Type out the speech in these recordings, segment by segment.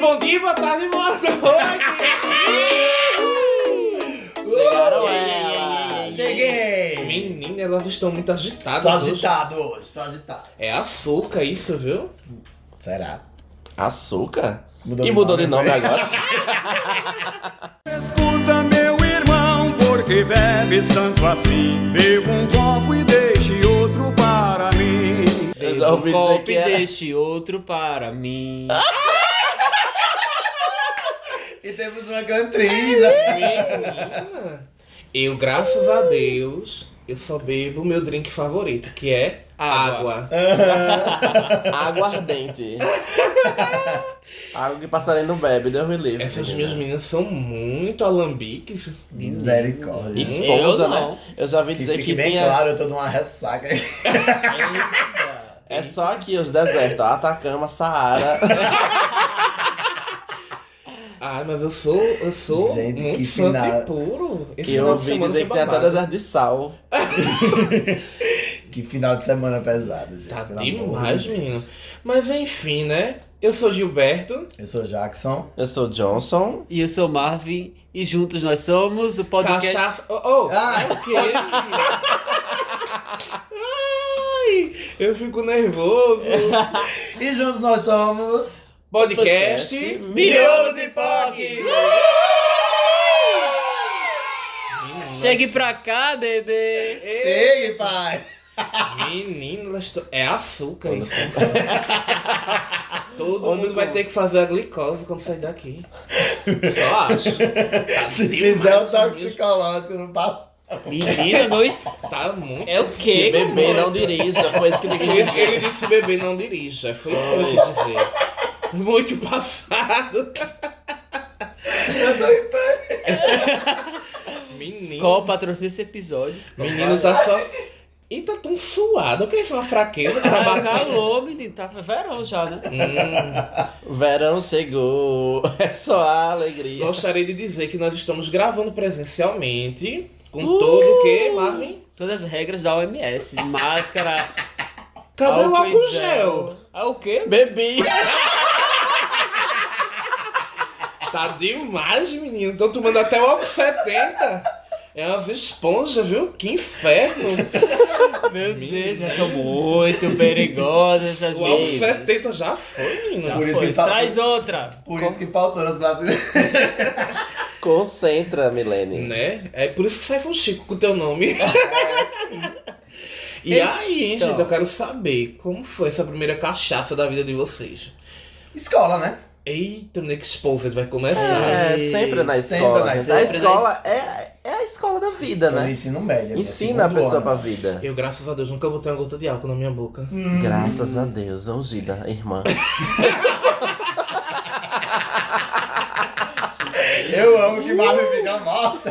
bom dia, boa tarde e boa noite. Chegaram Uh, elas. Tá Cheguei! Menina, elas estão muito agitadas. Tô hoje. agitado hoje, tô agitado. É açúcar isso, viu? Será? Açúcar? Mudou e de mudou nome, de né? nome agora? Escuta, meu irmão, porque bebe tanto assim? Beba um copo e deixe outro para mim. Eu já ouvi dizer um Copo que e era. deixe outro para mim. E temos uma cantriza. Menina. Eu, graças a Deus, eu só bebo meu drink favorito, que é Água. Ah. água. Água ardente. Água que passarinho não bebe, Deus me livre. Essas minhas menina. meninas são muito alambiques. Misericórdia. Isso. Esposa, Eu não. né? Eu já ouvi Que dizer que, fique bem tinha. claro, eu tô numa ressaca. É só aqui os desertos, ó, Atacama, Saara. Ah, mas eu sou, eu sou Gente, muito que santo final- e puro. Esse que eu final de ouvi semana dizer foi que tem até babado. deserto de sal. Que final de semana pesado, gente. Tá pelo amor de demais, Deus. menino. Mas enfim, né? Eu sou Gilberto. Eu sou Jackson. Eu sou Johnson. E eu sou Marvin e juntos nós somos o podcast. Cachaça. Oh, oh. Ah, é o quê? Ai, eu fico nervoso. E juntos nós somos. Podcast. Podcast Miolo de POC. Chegue pra cá, bebê. Chegue, pai! Menino, elas tão- é açúcar Quando isso. Todo Quando mundo vai não. ter que fazer a glicose quando sair daqui. Só acho. Tá Se demais, fizer o mesmo. toxicológico, não passa. Menina, não. es- Tá muito. É o Se quê? beber, não dirija. Foi isso que ele Ele, quis dizer. ele disse bebê não dirija. Foi isso que ele quis dizer. Muito passado. Eu tô em pé. Menino. Qual patrocina esse episódio? Menino tá só. E tá tão suado. O que é isso? Uma fraqueza? Tá Trabalho. calor, menino. Tá verão já, né? Hum, Verão chegou. É só alegria. gostaria de dizer que nós estamos gravando presencialmente. Com todo o Uh! que, Marvin? Todas as regras da OMS. Máscara. Cadê o álcool em Tá álcool gel? Ah, o quê? Bebi. Tá demais, menino. Estão tomando até o álcool 70. É umas esponjas, viu? Que inferno. Meu Deus, já são muito perigosas essas O álcool bebidas. 70 já foi, menino. Já Por isso foi. que só- Traz outra. Por isso que faltou nas prateleiras. Concentra, Milene. Né? É por isso que sai Fuxico com o teu É, nome. e Então. aí, gente, eu quero saber como foi essa primeira cachaça da vida de vocês. Escola, né? Eita, né, que Exposed vai começar. É, sempre na Sempre escola. na gente. escola. a escola é, é a escola da vida, Foi no né? ensino médio. meu Ensina a segundo pessoa ano. pra vida. Eu, graças a Deus, nunca botei uma gota de álcool na minha boca. Hum. Graças a Deus, ungida, irmã. Eu amo que Marvin fica morta.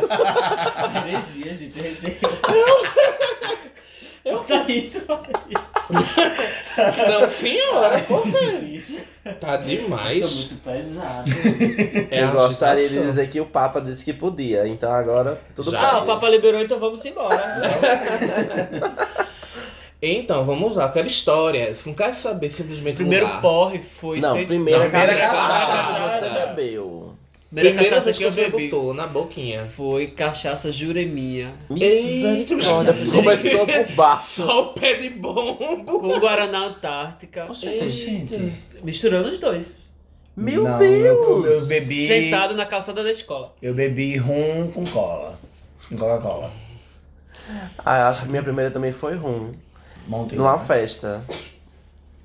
Heresia, gente. Eu tá isso, Não, senhora! pô, isso. tá demais. pesado. É Eu gostaria de agitação. dizer que o Papa disse que podia, então agora tudo Já. Ah, bem. o Papa liberou, então vamos embora. Então, vamos lá, eu quero histórias. Não quero saber simplesmente o Primeiro lugar. porre foi. Não, sem- primeira, Não, primeira cachaça cachaça. que você é bebeu. Primeira Primeira cachaça vez que eu você bebi botou na boquinha. foi cachaça jureminha. Misericórdia, Eita, começou por baixo. Só o pé de bombo. Com Guaraná Antártica. Oxente, Gente. Misturando os dois. Meu não, Eu, eu Deus! bebi. Sentado na calçada da escola. Eu bebi rum com cola. Com Coca-Cola. Ah, eu acho que minha primeira também foi rum. Montei. Numa festa.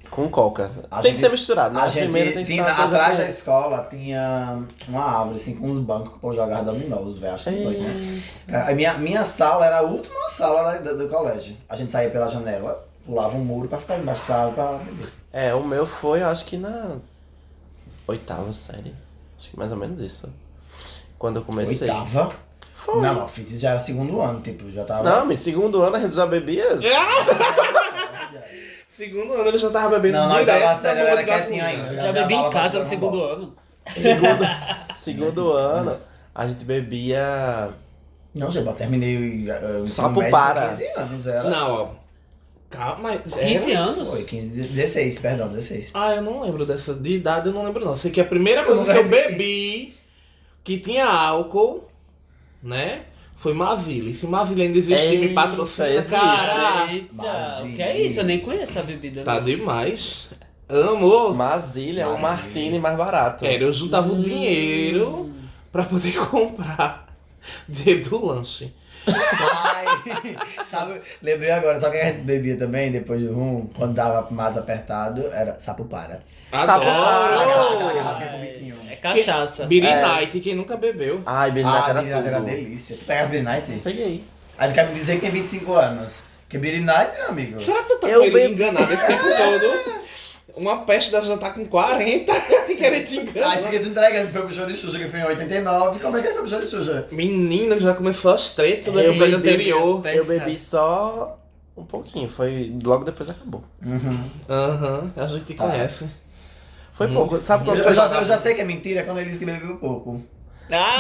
Com coca. A tem gente- que ser misturado, né? A primeira gente tem que ser tinha, uma coisa atrás com- da escola tinha uma árvore, assim, com uns bancos que o povo jogava dominó, os velhos, acho que doido, né? A minha, minha sala era a última sala da- do, do colégio. A gente saía pela janela, pulava um muro pra ficar embaixo da árvore pra beber. É, o meu foi, eu acho que na oitava série. Acho que mais ou menos isso. Quando eu comecei. Oitava. Foi. Não, não, fiz isso já era segundo ano, tipo, já tava. Não, mas segundo ano a gente já bebia. Segundo ano ele já tava bebendo Não, na direto oitava da série eu bomba era de gasolina. quietinho ainda. Eu Eu já já bebi dava em pra casa no tirar segundo uma ano. Segundo, segundo ano a gente bebia. Não, Jeba, terminei eh, o. o ensino Sapo médio para. com 15 anos, era. Não, ó. Calma, mas. era? 15 anos? Foi, 15, 16, perdão, 16. Ah, eu não lembro dessa. De idade eu não lembro, não. Sei que a primeira coisa que nunca eu bebi. bebi que tinha álcool, né? Foi Mazila. E se Mazila ainda existir, me Eita, patrocina, existe. cara. Eita, Mas o que é e- isso? Eu nem conheço essa bebida. né? Tá não. demais. Amor. Mazilha é um Mazilha. martini mais barato. Era, eu juntava o dinheiro pra poder comprar dinheiro do lanche. Ai, sabe, lembrei agora, sabe o que a gente bebia também depois do rum, quando dava mais apertado, era sapupara. Sabe- Aquela, aquela Adoro! garrafinha com biquinho. É cachaça. Beer É. Night, quem nunca bebeu. Ai, Ah, Belinata era, era Beer Night era uma tudo. delícia. Tu pegas Beer Night? Peguei. Aí tu quer me dizer que tem 25 anos. Que Beer Night, meu amigo. Será que tu tá Eu com ele bebi. enganado esse tempo todo? Uma peste dessa já tá com 40 e querem te enganar. Aí fica se entregando, foi pro show de Xuxa, que foi em 89. Como é que ele foi pro show de Xuxa? Menina, já começou as tretas do Ei, episódio bebida anterior. pesada. Eu bebi só um pouquinho, foi logo depois acabou. Uhum. Aham, a gente Tá. conhece. Foi pouco. Sabe Uhum. Eu, quando eu foi? já, eu já sei que é mentira quando ele diz que bebeu pouco.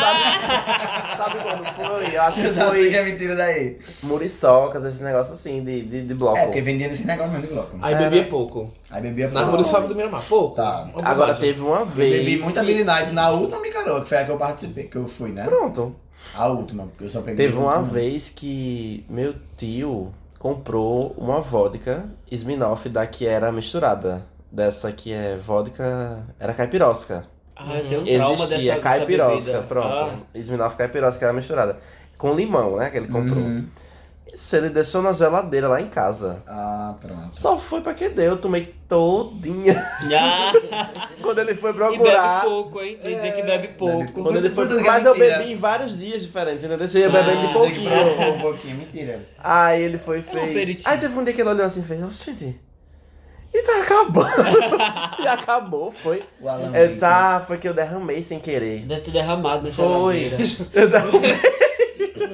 Ah! Sabe quando foi? Eu acho Eu que já sei que foi Tá é mentira daí. muriçocas, esse negócio assim, de, de, de bloco. É, porque vendia nesse negócio mesmo de bloco. Aí Era. bebia pouco. Aí bebia Na rua do Sábado do Miramar, pouco. Tá. Uma Agora bobagem. teve uma Eu vez. bebi muita que- Beer Night na última Micaroa, que foi a que eu participei, que eu fui, né? Pronto. A última, porque eu só peguei. Teve uma última. vez que meu tio comprou uma vodka Smirnoff da que era misturada. Dessa que é vodka. Era caipirosca. Ah, eu tenho um trauma dessa, Uhum. Existia dessa caipirosca, bebida. Ah. pronto. Smirnoff caipirosca que era misturada. Com limão, né? Que ele comprou. Uhum. Isso ele deixou na geladeira lá em casa. Ah, pronto. Só foi pra que deu, eu tomei todinha. Ah, Quando ele foi e bebe procurar. pouco, hein? Tem dizer que bebe pouco. pouco. Quando ele Por foi... isso que é Mas eu mentira. bebi em vários dias diferentes, entendeu? Eu ia Ah, bebendo sei de que Pouquinho, É pouquinho. pouquinho, um pouquinho, mentira. Aí ele foi e fez. aperitivo. Aí teve um dia que ele olhou assim e fez, gente. E tá acabando. e acabou, foi. O Alan Eu Baker. disse, ah, foi que eu derramei sem querer. Deve ter derramado nessa Foi. geladeira. Eu derramei.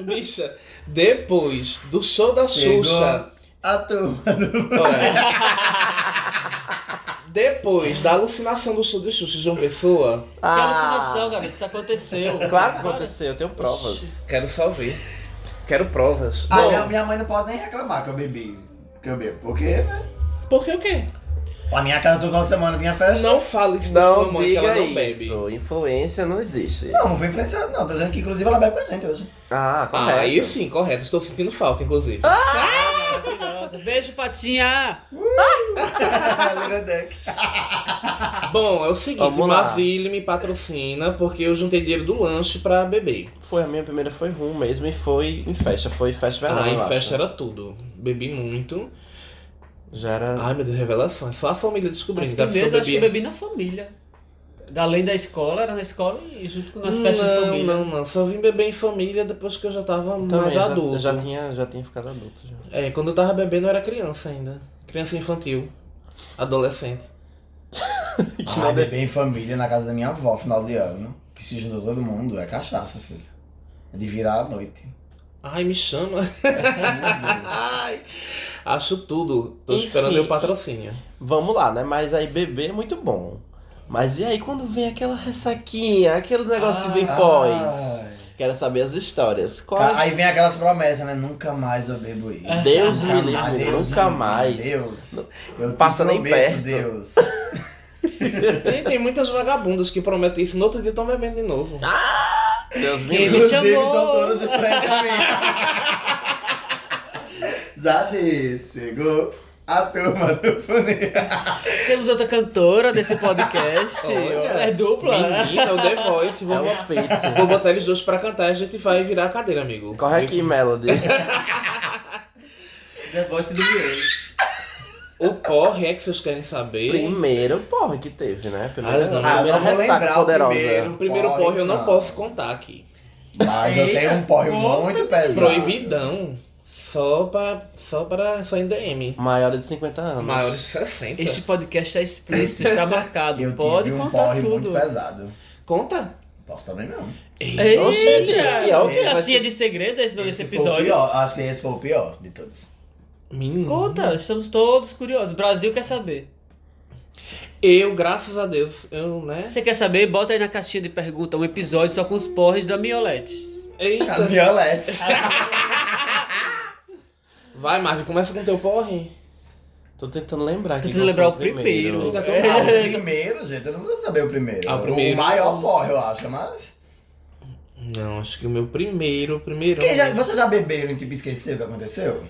Bicha, depois do show da Chegou Xuxa. A turma do. olha, depois da alucinação do show de Xuxa de uma pessoa, Que Ah, alucinação, garoto. Isso aconteceu. claro que aconteceu, eu tenho provas. quero só ver. Quero provas. Ah, Bom, minha, minha mãe não pode nem reclamar que eu bebi. Que eu bebo. Porque, né? Porque o quê? Pra minha casa todo final de semana tinha festa. Não fale isso da sua Não mãe que diga ela não bebe. isso. Influência não existe. Não, não foi influenciado, não. Tô dizendo que inclusive ela bebe com a gente hoje. Ah, correto. Ah! Ah, aí sim, correto. Estou sentindo falta, inclusive. Nossa, beijo, Patinha. Little Duck. Bom, é o seguinte, Vamos lá. Mazile me patrocina porque eu juntei dinheiro do lanche pra beber. Foi a minha primeira, foi rum mesmo e foi em festa. Foi festa verão, Ah, em eu festa acho. era tudo. Bebi muito. Já era. Ai, meu Deus, revelação. É só a família As descobrindo. que a pessoa primeiras eu acho que bebia. bebi na família. Além da escola, era na escola e junto com as festas de não, família. não, não. Só vim beber em família depois que eu já tava também, mais já, adulto. já tinha, já tinha ficado adulto. Já. É, quando eu tava bebendo eu era criança ainda. Criança infantil. Adolescente. Ah, beber em família na casa da minha avó, final de ano. Que se juntou todo mundo. É cachaça, filho. É de virar à noite. Ai, me chama. Hum. Ai, acho tudo. Tô Enfim. esperando meu patrocínio. Vamos lá, né? Mas aí beber é muito bom. Mas e aí quando vem aquela ressaquinha, aquele negócio que vem Ai. pós? Quero saber as histórias. Qual Ca- Aí vem aquelas promessas, né? Nunca mais eu bebo isso. É. Deus Nunca me mais, livre, Deus nunca me livre, mais. Deus, eu te Passa nem prometo, perto. Deus. Tem, tem muitas vagabundas que prometem isso no outro dia estão bebendo de novo. Deus me Quem livre. me Inclusive, chamou? são todos de frente a mim. Zadê, chegou a turma do funil. Temos outra cantora desse podcast. Olha. é dupla. né? Menina, o The Voice. Vou, É um bo- feito. vou botar eles dois pra cantar e a gente vai virar a cadeira, amigo. Corre aqui, Melody. The Voice É do Vieira. O porre é que vocês querem saber. Primeiro porra que teve, né? Ah, não, Primeiro, eu primeira não vou ressaca lembrar o poderosa. primeiro. O primeiro Porre, porre, eu não não. posso contar aqui. Mas eu tenho um porre Eita, muito pesado. Proibidão. Só pra. Só pra. Só em DM. Maior de 50 anos. Maiores de 60. Este podcast é explícito, está marcado. Eu Pode tive um contar porre tudo. muito pesado. Conta. Posso também não. Eita, Oxe, e é o quê? Vai caixinha ser- de segredo esse- nesse Esse foi o episódio. pior, acho que esse foi o pior de todos. Menino. Conta, estamos todos curiosos. Brasil quer saber. Eu, graças a Deus, eu, né? Você quer saber? Bota aí na caixinha de pergunta um episódio só com os porres da Mioletes. As Eita. violetes. Vai, Marvin, começa com teu porre. Tô tentando lembrar Tô quem tentando lembrar foi o primeiro. É. Ainda tô É. Ah, mal. o primeiro, gente, eu não vou saber o primeiro. Ah, o primeiro. um maior porra, eu acho, mas. Não, acho que o meu primeiro, o primeiro. Quem já, vocês já beberam e tipo, esqueceu o que aconteceu?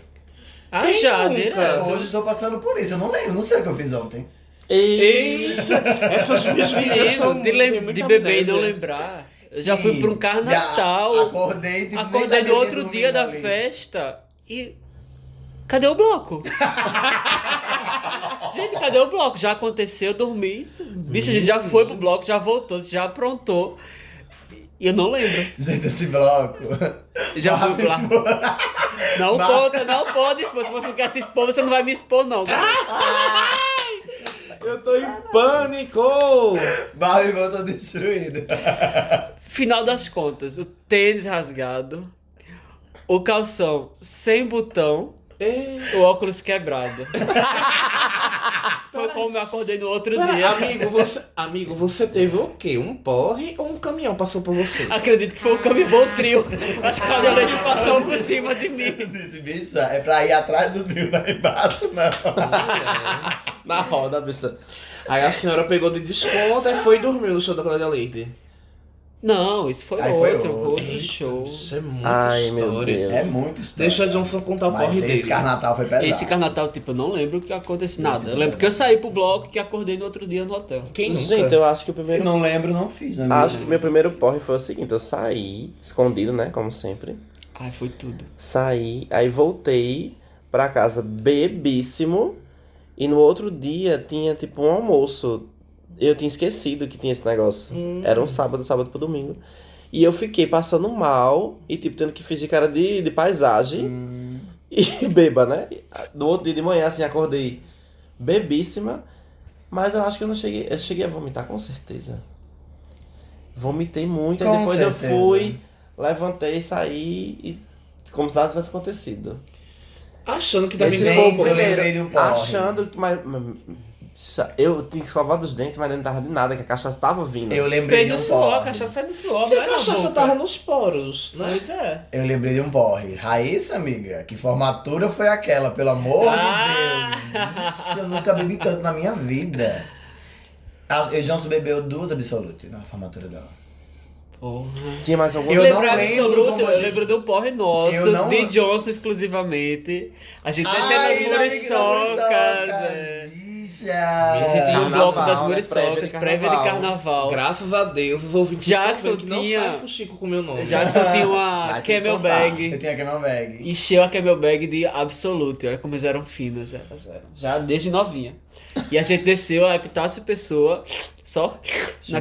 Ah, Quem já, nunca? direto. Hoje estou passando por isso, eu não lembro, não sei o que eu fiz ontem. Eita! Essas minhas meninas são Menino, de, lem- tem muita de beber e não amnésia. lembrar. Eu já Sim. fui pra um Já carnaval. Acordei, tipo, nem Acordei sabia no que outro dormi dia da ali. festa e. Cadê o bloco? gente, cadê o bloco? Já aconteceu, eu dormi. isso. Bicho, a gente já foi pro bloco, já voltou, já aprontou. E eu não lembro. Gente, esse bloco. Já fui pro lá. Não Mas- conta, não pode expor. Se você não quer se expor, você não vai me expor, não. Eu tô em pânico! Barra e volta destruída. Final das contas, o tênis rasgado, o calção sem botão, Ei, o óculos quebrado. Foi como eu acordei no outro pera, dia. amigo, você, amigo, você teve o quê? Um porre ou um caminhão passou por você? Acredito que foi o Camivou Trio. Acho que o Adolete passou por cima de mim. Esse bicho é pra ir atrás do trio, lá embaixo, não. Na roda, bicha. Aí a senhora pegou de desconto e foi dormir no show da Cláudia Leite. Não, isso foi Aí foi outro, outro. outro Eita, show. Isso é muita Ai, história. meu Deus. É muito estranho. Deixa a Johnson contar o Mas porre esse dele. carnatal foi pesado. Esse carnaval, tipo, eu não lembro o que aconteceu. Nada. Esse Eu lembro que eu saí pro bloco e que acordei no outro dia no hotel. Quem nunca? Gente, eu acho que o Se primeiro. não lembro, não fiz, né? Acho que meu primeiro porre foi o seguinte, eu saí, escondido, né? Como sempre. Ai, foi tudo. Saí, aí voltei pra casa bebíssimo. E no outro dia tinha tipo um almoço. Eu tinha esquecido que tinha esse negócio. Hum. Era um sábado, sábado pro domingo. E eu fiquei passando mal e tipo tendo que fingir cara de, de paisagem. Hum. E beba, né? No outro dia de manhã, assim, acordei bebíssima. Mas eu acho que eu não cheguei. Eu cheguei a vomitar, com certeza. Vomitei muito. aí Com depois certeza. eu fui, levantei, saí e. Como se nada tivesse acontecido. Achando que tá também Esse Esse tem foi o foi o eu primeiro. lembrei de um porre. Achando que. Mas, mas- sa- eu tinha que escovar dos dentes, mas não tava de nada, que a cachaça tava vindo. Eu lembrei Veio de do um suor, a porre. cachaça é do suor, Se não a é na cachaça boca. tava nos poros, né? Pois é. Eu lembrei de um porre. Raíssa, amiga, que formatura foi aquela, pelo amor Ah! de Deus. Vixe, eu nunca bebi tanto na minha vida. A a Johnson bebeu duas absolutas na formatura dela. Porra. Tinha mais alguma Eu Eu coisa? lembro não lembro absoluto, como a eu gente- lembro de um porre Eu nosso, não- de Johnson exclusivamente. A gente Ai, descendo na as muriçocas. muriçoca, é. bicha. A gente tinha o bloco Carnaval, das né? muriçocas, prévia de carnaval. Graças a Deus, os ouvintes Jackson estão vendo que não tinha- sai fuxico com o meu nome. Jackson tinha uma Vai ter que camel contar. ah, bag. Eu tinha Cameron Bag. Encheu a camel bag de absoluto. e Olha como eles eram finos. era zero. Já desde novinha. E a gente desceu a Epitácio Pessoa só na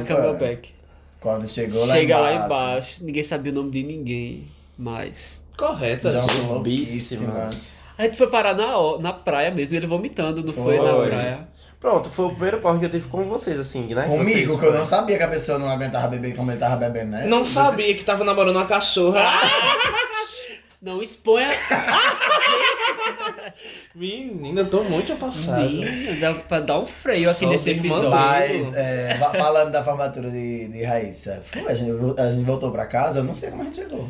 Chupa. camel bag. Quando chegou lá Chega lá embaixo. embaixo. Ninguém sabia o nome de ninguém. Mas Correta. Johnson gente. louquíssima. Bobíssima. A gente foi parar na, o- na praia mesmo, ele vomitando, não foi, na Foi. praia. Pronto, foi o primeiro porre que eu tive com vocês, assim, né? que Comigo, vocês- que eu não sabia que a pessoa não aguentava beber como ele tava bebendo, né? Não Você- sabia que tava namorando uma cachorra. Ah! Não exponha Menina, eu tô muito a passado. menina, dá pra dar um freio aqui Só nesse os irmãos. episódio. Mas, é, fa- falando da formatura de, de Raíssa, foi, a, gente, vo- a gente voltou pra casa, eu não sei como a gente chegou.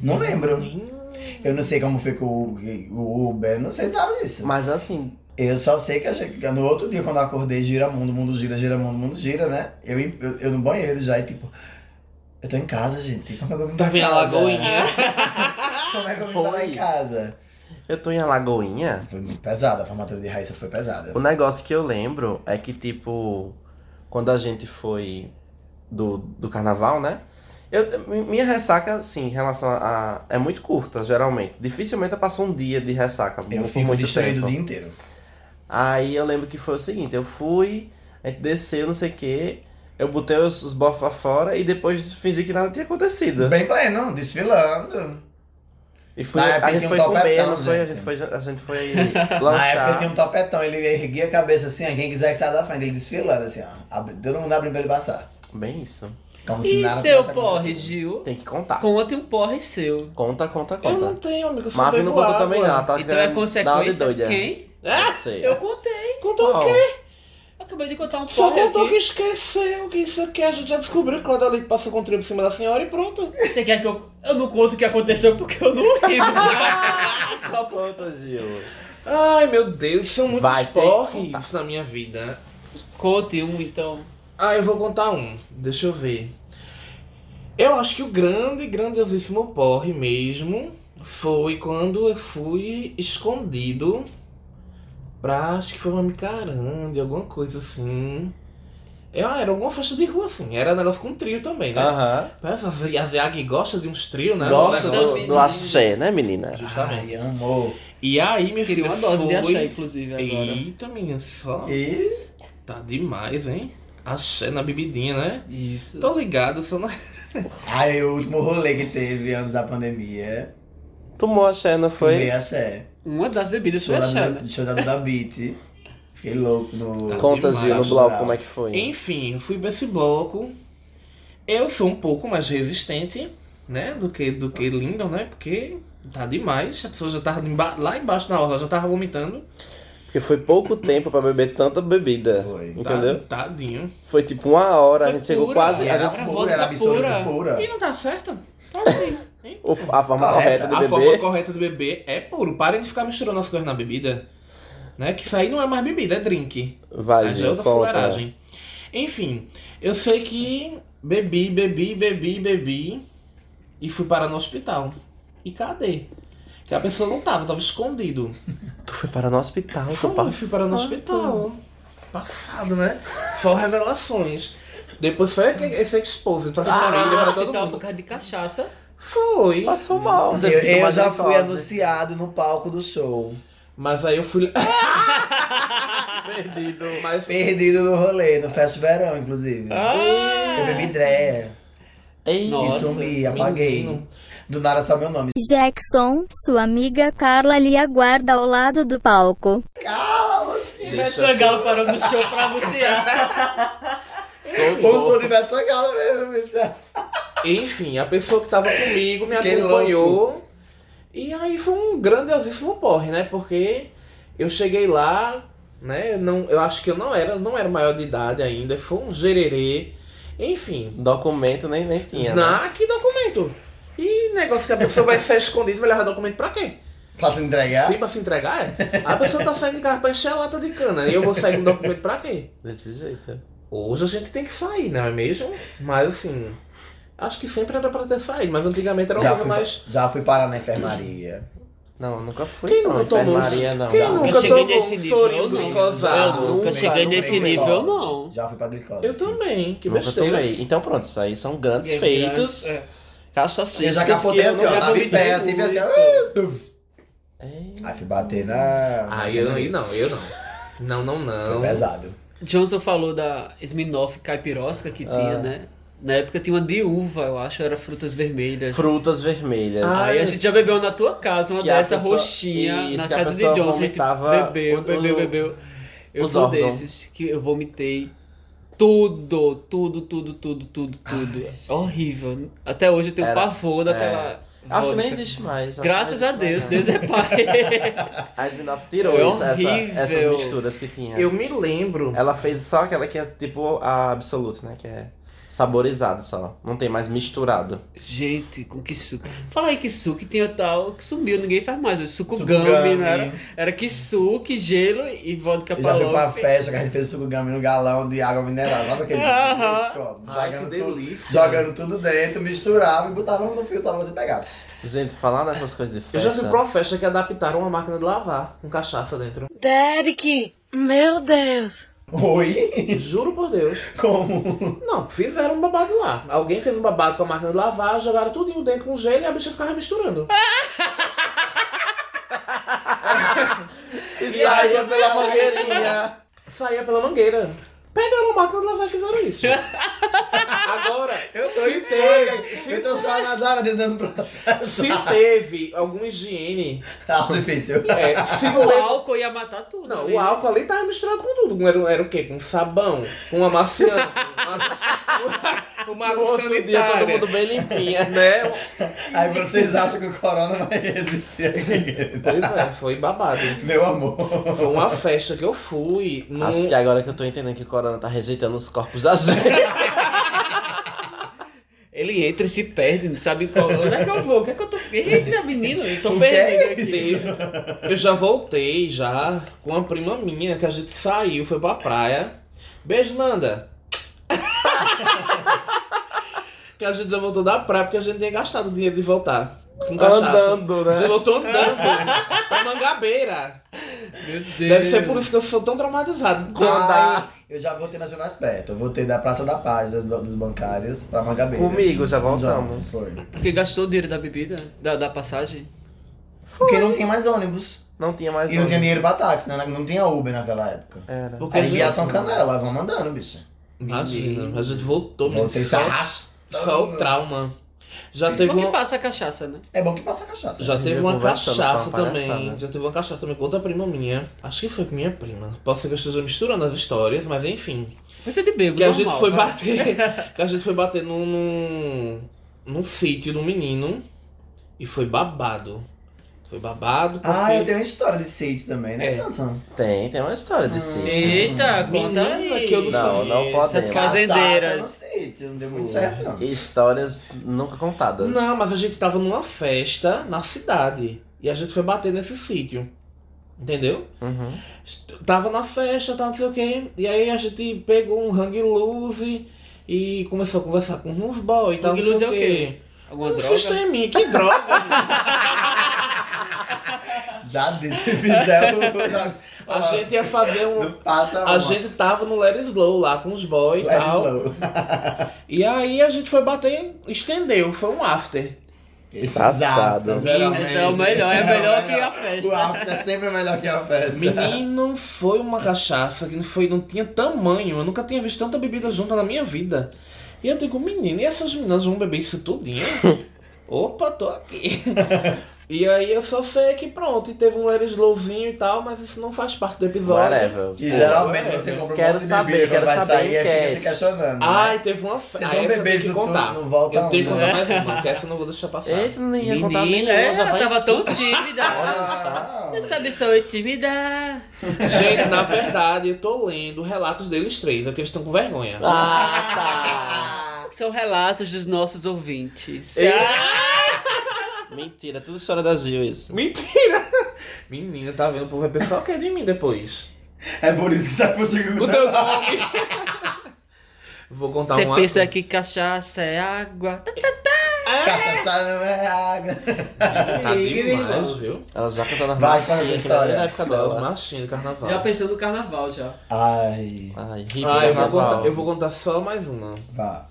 Não lembro. Eu não sei como foi com o, o Uber, não sei nada disso. Mas assim, Eu só sei que a gente- que no outro dia, quando eu acordei, gira mundo, mundo gira, gira mundo, mundo gira, né? Eu, em- eu, eu no banheiro já e tipo, eu tô em casa, gente. Como é que eu vim pra Tava em casa? Alagoinha. Como é que eu vim parar em Foi. casa? eu tô em Alagoinha. Foi muito pesada, a formatura de Raíssa foi pesada. O negócio que eu lembro é que, tipo, quando a gente foi do, do carnaval, né? Eu, mi- minha ressaca, assim, em relação a, a- É muito curta, geralmente. Dificilmente eu passo um dia de ressaca. Eu por fico muito distraído tempo. o dia inteiro. Aí eu lembro que foi o seguinte: eu fui, a gente desceu, não sei o quê. Eu botei os, os bofos pra fora e depois fingi que nada tinha acontecido. Bem pleno, desfilando. E fui, Na época a gente tinha um foi topetão, comer, não foi? A gente. gente foi, a gente foi Na época ele lanchar. tinha um topetão, ele erguia a cabeça assim, ó, quem quiser que saia da frente, ele desfilando assim, ó. Abre- todo mundo abrindo pra ele passar. Bem isso. Como se E nada seu tivesse porre, acontecido. Gil? Tem que contar. Conta um porre seu. Conta, conta, conta. Eu não tenho, amigo. eu só Marvin não bebo contou água. também não, então tá? é Dá uma de consequência. doida. Quem? É? Não sei. Eu contei. Contou o Qual? quê? Acabei de contar um porre. Só contou aqui. que esqueceu, que isso aqui a gente já descobriu que Cláudia Leite passou com o trio por cima da senhora e pronto. Você quer que eu. Eu não conto o que aconteceu porque eu não lembro. Só por- Conta, Gil. Ai, meu Deus, são muitos Vai ter que porres na minha vida. Conte um, então. Ah, eu vou contar um. Deixa eu ver. Eu acho que o grande, grandiosíssimo porre mesmo foi quando eu fui escondido pra, acho que foi uma micaranda, alguma coisa assim. Eu- ah, era alguma festa de rua, assim. Era negócio com trio também, né? Aham. Parece que a Zeag gosta de uns trio, né? Ah. Gosta Um negócio- do, do axé, né, menina? Justamente. Ai, amor. E aí, minha filha, Queria uma dose foi... de achar, inclusive, agora. Eita, menina, só... E Tá demais, hein? Axé na bebidinha, né? Isso. Tô ligado, só não... aí o último rolê que teve antes da pandemia. Tomou axé, não Foi foi? axé. Uma das bebidas foi Show da- achar, né? Show da Duda Beat. Fiquei louco no. Conta, Demais. Gil, no bloco, como é que foi? Enfim, eu fui pra esse bloco. Eu sou um pouco mais resistente, né? Do que, do que Lindon, né? Porque tá demais. A pessoa já tava emba- lá embaixo na aula, já tava vomitando. Tá Porque foi pouco tempo pra beber tanta bebida. Foi. Tá- Entendeu? Tadinho. Foi tipo uma hora, a Foi gente chegou pura. quase. A, Era gente, gente- pura, era absoluta Vodka É. pura. E não tá certo? o- a forma Correta. correta, A Tá de forma beber. correta de beber é puro. Parem de ficar misturando as coisas na bebida. Né? Que isso aí não é mais bebida, é drink. Vai, Mas é Gil, outra conta. fuleiragem. Enfim, eu sei que bebi, bebi, bebi, bebi e fui parar no hospital. E cadê? Que a pessoa não tava, tava escondido. Tu foi parar no hospital, tu Fui, fui passou. parar no hospital. Passado, né? Só revelações. Depois foi que- esse expose pra família, pra todo Então, por mundo. causa de cachaça. Foi. Passou mal. Eu, deve ter eu tomado já fui glicose. anunciado no palco do show. Mas aí eu fui. Perdido. Mas Perdido no rolê, no Festa Verão, inclusive. Ah. Eu bebi dreia Ei, e é Nossa, um sumi, apaguei. menino. Do nada só meu nome. Jackson, sua amiga Carla lhe aguarda ao lado do palco. E Ivete Sangalo parou no show pra anunciar. Foi um show de Beto Sangalo mesmo, bicho. Enfim, a pessoa que tava comigo me Que acompanhou. E aí foi um grandiosíssimo porre, né? Porque eu cheguei lá, né? eu Não, eu acho que eu não era, não era maior de idade ainda, foi um gererê. Enfim. Documento nem, nem tinha. né? Na, que documento? E negócio que a pessoa vai ser escondida e vai levar documento pra quê? Pra se entregar? Sim, pra se entregar, é? A pessoa tá saindo de casa pra encher a lata de cana. E eu vou sair com documento pra quê? Desse jeito. Hoje a gente tem que sair, não é mesmo? Mas assim. Acho que sempre era pra ter saído, mas antigamente era uma Já coisa fui, mais. já fui parar na enfermaria. Não, nunca fui. Quem não, nunca tomou enfermaria, não. Quem Não. nunca Eu cheguei tomou nesse um nível, sorinho eu não. glicosado? Eu Ah, um nunca Não, cheguei não. nesse tomei nível, glicose. não. Já fui pra glicose. Eu sim. também, que Nunca besteira. tomei. Então pronto, isso aí são grandes É, feitos. grandes, é. Cachacistas Eu já capotei que eu assim, ó, nunca tava em tomei. pé, assim, fez assim, ó, tum. É. Aí fui bater na. na Aí Ah, eu não, enfermaria. e não, eu não. Não, não, Foi não. pesado. Johnson falou da Smirnoff caipirosca Ah. que tinha, né? Na época tinha uma de uva, eu acho, era frutas vermelhas. Frutas vermelhas. Ah, Aí a eu- gente já bebeu na tua casa, uma Que a dessa pessoa- roxinha, Isso, na que a casa de pessoa Johnson. A gente vomitava bebeu, o- bebeu, o- bebeu. Eu os sou órgãos. desses que eu vomitei tudo, tudo, tudo, tudo, tudo, tudo. É horrível. Até hoje eu tenho Era- é. pavor daquela. Acho que nem vodka. existe mais. acho que Graças não a existe Deus, mais, Deus é pai. não. A Smirnoff É tirou isso, essa- horrível. essas misturas que tinha. Eu me lembro. Ela fez só aquela que é tipo a Absolute, né? Que é saborizado só. Não tem mais misturado. Gente, com que suco. Fala aí que suco que tinha tal, que sumiu, ninguém faz mais. O suco Sugami. gummy, né? Era, era que suco, gelo e vodka Eu já fui pra uma palof. festa que a gente fez o sugami no galão de água mineral. Sabe aquele? Aham. Pronto, Ai, que jogando tudo- delícia. Jogando tudo dentro, misturava e botava no fio pra você pegar. Gente, falar nessas coisas de festa. Eu já fui pra uma festa que adaptaram uma máquina de lavar com cachaça dentro. Derek, meu Deus. Oi? Juro por Deus. Como? Não, fizeram um babado lá. Alguém fez um babado com a máquina de lavar, jogaram tudinho dentro com gelo e a bicha ficava misturando. E aí, você é mangueirinha. Saía pela mangueira. Pegaram a máquina de lavar e fizeram isso. Agora, Eu tô inteiro. Eu tô só na sala tentando processo. se teve alguma higiene, Tá difícil. é, se O não lembro- álcool ia matar tudo. Não, né? o álcool ali tava misturado com tudo. Era, era o quê? Com sabão, com amaciante, com uma No água outro dia, todo sanitária. mundo bem limpinha. Né? Aí vocês acham que o corona vai resistir aqui. Pois é, foi babado. Meu amor. Foi uma festa que eu fui. Num... Acho que é tá agora que eu tô entendendo que o Corona tá rejeitando os corpos azuis. Ele entra e se perde, não sabe qual. Onde é que eu vou? O que é que eu tô. Eita, menino, eu tô é perdido aqui. Teve. Eu já voltei já com uma prima minha que a gente saiu, foi pra praia. Beijo, Nanda! que a gente já voltou da praia porque a gente tinha gastado o dinheiro de voltar. Com cachaça. Andando, A gente né? voltou andando pra Mangabeira. Meu Deus. É Deve ser por isso que eu sou tão traumatizado. Ah, eu já voltei, mas foi mais perto. Eu voltei da Praça da Paz, dos, dos bancários, pra Mangabeira. Comigo, já voltamos. Juntos, foi. Porque gastou o dinheiro da bebida? Da, da passagem? Porque não tem mais ônibus. Não tinha mais e não onde. tinha dinheiro pra táxi, né? Não tinha Uber naquela época. Era. Porque a Aí gente- via São Canela, vão mandando, bicho. Imagina, a gente voltou, mas Voltei se só, arrastando. só o trauma. Já teve Como uma... que tá- passa a cachaça, né? É bom que passa a cachaça. Já gente teve ia uma conversando, cachaça foi uma também. palhaçada. Já teve uma cachaça também com outra prima minha. Acho que foi com minha prima. Posso ser que eu esteja misturando as histórias, mas enfim. Você de bêbado, Que a normal, gente foi vai. bater. que a gente foi bater num. num, num sítio de um menino. E foi babado. Foi babado. Porque... Ah, eu tenho uma história de Sage também, né? É. Extensão. Tem, tem uma história desse. Eita, conta Menina, aí. Hum. que eu não, Não, sei. não pode. Essas fazendeiras. Sage, não deu muito certo, não. Histórias nunca contadas. Não, mas a gente tava numa festa na cidade. E a gente foi bater nesse sítio. Entendeu? Uhum. Tava na festa, tal, não sei o quê. E aí a gente pegou um hang loose e começou a conversar com uns boy e tal. Hang não sei loose é o quê? Alguma Um droga? sisteminha, que droga! Já disse que fizeram o a gente ia fazer um. Não passa A gente tá tava no Let It Slow lá com os boy e tal. E aí a gente foi bater, estendeu, foi um after. Esses Passado. aftas, geralmente. Esse é o melhor, é melhor que a festa. O after é sempre melhor que a festa. Menino, foi uma cachaça que não, foi, não tinha tamanho. Eu nunca tinha visto tanta bebida junta na minha vida. E eu digo, menino, e essas meninas vão beber isso tudinho? Opa, tô aqui. e aí eu só sei que pronto, e teve um Leris Lowzinho e tal, mas isso não faz parte do episódio. Whatever. Que Pô, geralmente você compra um Quero monte de saber, bebida, quero vai saber sair e enquete. fica se questionando. Ai, né? teve uma festa. Vocês vão beber eu tenho isso que tudo, contar. não volta Eu tenho que um, contar né? mais uma, que essa eu não vou deixar passar. Eita, não ia contar Menina, é, nenhuma, ela já vai tava tão cinco. tímida. é Ah, Não sabe só intimidar. Gente, na verdade, eu tô lendo relatos deles três, é porque eles estão com vergonha. Ah, São relatos dos nossos ouvintes. Ah, tá. Mentira, tudo história da Gil isso. Mentira! Menina, tá vendo? O povo vai pensar o que é de mim depois. É por isso que você tá conseguindo O teu nome! Vou contar Você um pensa ato. que cachaça é água. Tá, tá, Caçaçá não é água. Tá demais, irmão. viu? Ela já cantou nas Vai, conta a marchinhas, que era história. bem da época Aquelas dela. marchinhas do carnaval. Já pensou no carnaval já. Ai, Ai, hippie ah, eu vou, carnaval. contar, eu vou contar só mais uma. vá.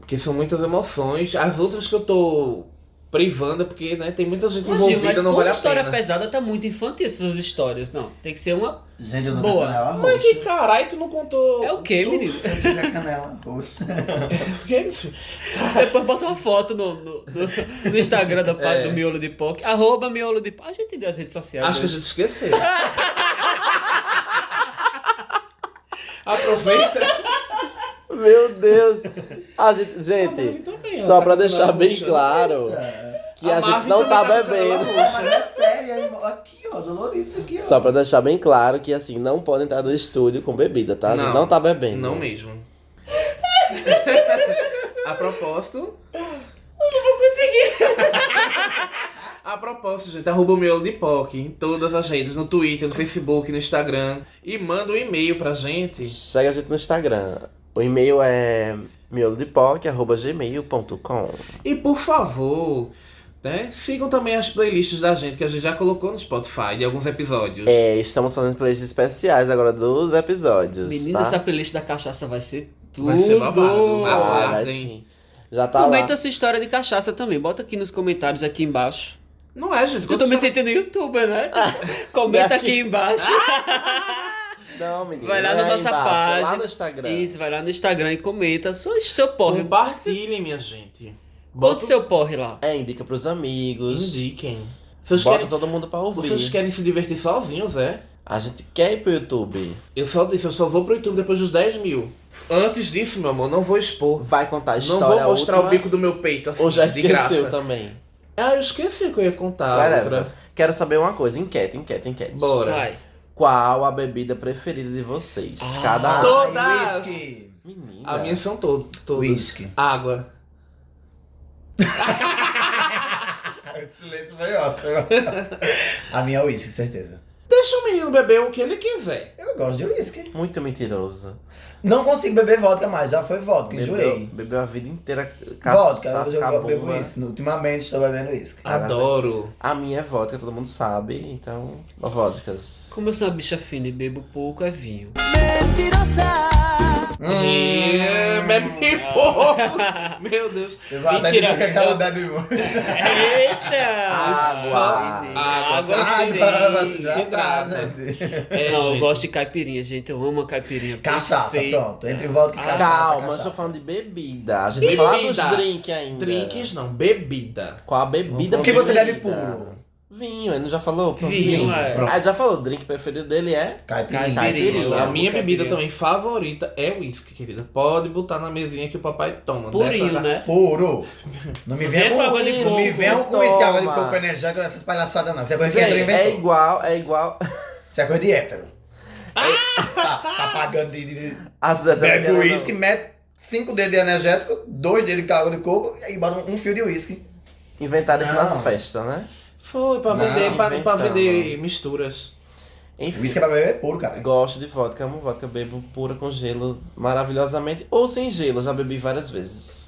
Porque são muitas emoções. As outras que eu tô privando, é porque né, tem muita gente Mas, Gil, envolvida, mas não como vale a história pena. pesada tá muito infantil essas histórias, não. Tem que ser uma. Gente, eu tô Boa. com a canela Mas que roxa. caralho, tu não contou. É o quê, tu... menino? Eu tô com a canela roxa. O que é isso? Depois bota uma foto no, no, no- no Instagram É. da pá- do Miolo de Poc. Arroba Miolo de Poc. A gente deu as redes sociais. Acho que a né? gente esqueceu. Aproveita. Meu Deus. Ah, gente, Marvin gente também, ó, só tá pra com deixar uma bem roxa. claro que a, gente é- Marvin não também tá tá com ela bebendo. Mas é sério, é- aqui ó, dolorido isso aqui ó. Só pra deixar bem claro que, assim, não pode entrar no estúdio com bebida, tá? A gente Não. não tá bebendo. Não mesmo. a propósito. Eu não vou conseguir. a propósito, gente, arroba o miolo de POC em todas as redes, no Twitter, no Facebook, no Instagram. E manda um e-mail pra gente. Segue a gente no Instagram. O e-mail é miolodepoc.gmail.com E por favor, né, sigam também as playlists da gente, que a gente já colocou no Spotify de alguns episódios. É, estamos fazendo playlists especiais agora dos episódios, Menina, tá? essa playlist da cachaça vai ser tudo. Vai ser babado, né? Ah, vai Aguardem. sim. Já tá Comenta a lá. sua história de cachaça também. Bota aqui nos comentários aqui embaixo. Não é, gente? Eu tô me sentindo youtuber, né? Comenta daqui. aqui embaixo. Não, menina. Vai lá não na é nossa embaixo, é Lá página. no Instagram. Isso, vai lá no Instagram e comenta seu, seu porre. Compartilhem, minha gente. Conta o Bota um seu porre lá. É, indica pros amigos. Indiquem. Vocês Bota querem, todo mundo pra ouvir. vocês querem se divertir sozinhos, é? A gente quer ir pro YouTube. Eu só disse, eu só vou pro YouTube depois dos 10 mil. Antes disso, meu amor, não vou expor. Vai contar a Não história vou mostrar última, o bico do meu peito assim, Ou já de graça. esqueceu também. Ah, eu esqueci que eu ia contar a Whatever. outra. Quero saber uma coisa. Enquete, enquete, enquete. Bora. Vai. Qual a bebida preferida de vocês? Cada tô- um. Todas! Whisky. Menina. A minha são todo, todos. Whisky. Água. O silêncio foi ótimo. A minha é uísque, certeza. Deixa o menino beber o que ele quiser. Eu gosto de uísque. Muito mentirosa. Não consigo beber vodka mais, já foi vodka, Bebeu, enjoei. bebeu a vida inteira. Vodka, cachaça, Ah, eu, eu bebo cabumba. uísque. Ultimamente estou bebendo uísque. Agora Adoro. A minha é vodka, todo mundo sabe, então. Vodkas. Como eu sou uma bicha fina e bebo pouco, é vinho. Hum. Hum, É, Bebe Hum. pouco. Meu Deus. Eu vou até Mentira, dizer que aquela eu- bebe muito. Eita! Água. Menina, Água. Água, Ai, sim. para Ah, pra se hidrata. hidratar, gente. É, Não, eu gente. gosto de caipirinha, gente. Eu amo a caipirinha. Cachaça, Perfeita. pronto. Entre vodka e cachaça. Ah, Calma, eu cachaça. tô falando de bebida. A gente fala dos Bebida. drinks ainda. Drinks né? não, bebida. Qual a bebida O que você bebe preferida? puro? Vinho, ele não já falou? Pronto, Vinho, é. Ah, ele já falou, o drink preferido dele é. Caipirinha. Caipirinha. Eu a amo minha bebida caipirinha. também favorita é whisky, querida. Pode botar na mesinha que o papai toma. Purinho, Dessa- né? Puro. Não me venha Vem com com água de Não me coco. venham com isso que água de Toma. coco energético, essas palhaçadas não. Isso é coisa que Gente, hétero é inventou. igual, é igual. Isso é coisa de hétero. Tá, tá pagando de... de- de- As héteras Bebe querem, uísque, mete cinco dedos de energético, dois dedos de água de coco e bota um fio de uísque. não. Inventaram isso nas Não. festas, né? Foi, pra Não, vender, pra, pra inventando. vender misturas. Enfim. Uísque é pra beber puro, cara. Gosto de vodka, amo vodka, bebo pura com gelo maravilhosamente. Ou sem gelo, já bebi várias vezes.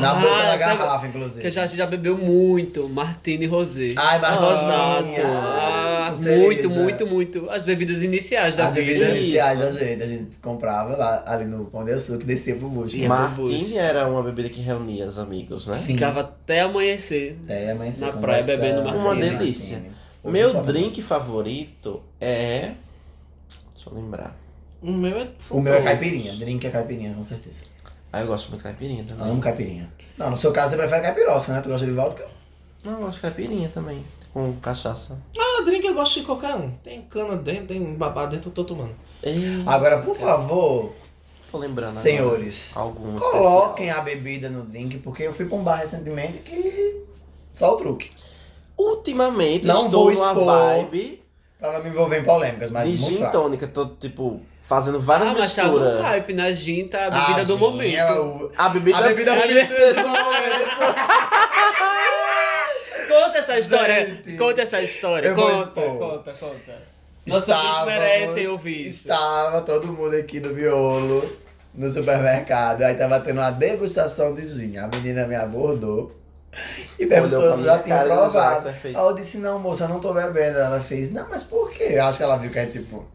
Na Ah, boca da sabe- garrafa, Porque inclusive. já, já bebeu muito. Martini Rosé. Ai, mas Rosato. Ah, Ah, cerveja. muito, muito, muito. As bebidas iniciais da As vida. bebidas Isso. iniciais da gente, a gente comprava lá ali no Pão de Açúcar e descia pro bucho. Ia pro bucho. Martini era uma bebida que reunia os amigos, né? Ficava até amanhecer. Até amanhecer Na praia, conversando, bebendo assim, né? martini. Uma delícia. martini. Hoje Meu não pode fazer drink favorito é. Deixa eu lembrar. O meu é. isso. O meu é caipirinha. Drink é caipirinha, com certeza. Ah, eu gosto muito de caipirinha também. Amo caipirinha. Não, no seu caso você prefere caipirosca, né? Tu gosta de vodka? Não, eu gosto de caipirinha também. Com cachaça. Ah, drink eu gosto de qualquer um. Tem cana dentro, tem um babá dentro, eu tô tomando. Ei, Agora, por favor, Ah, tô lembrando. agora. senhores, Algum coloquem a bebida no drink, porque eu fui pra um bar recentemente que. Só o truque. Ultimamente, Não estou vou numa expor. vibe Pra não me envolver em polêmicas, mas de muito gin fraco. tônica. Tô, tipo, fazendo várias Ah, mas tá no misturas. hype, né? Gin tá a bebida Ah, do gin momento. é o- a bebida, A bebida A fitness bebida- do é. momento. Conta essa história. Gente, conta essa história. eu vou Conta, expor. conta, conta. Nossos ouvintes Estávamos, merecem ouvir isso. Estava todo mundo aqui do miolo, no supermercado. Aí tava tendo uma degustação de gin. A menina me abordou e Olhou perguntou pra se eu minha já tinha cara e deu provado. risada, Aí fez. eu disse, não, moça, eu não tô bebendo. Ela fez, não, mas por quê? Eu acho que ela viu que a gente, tipo...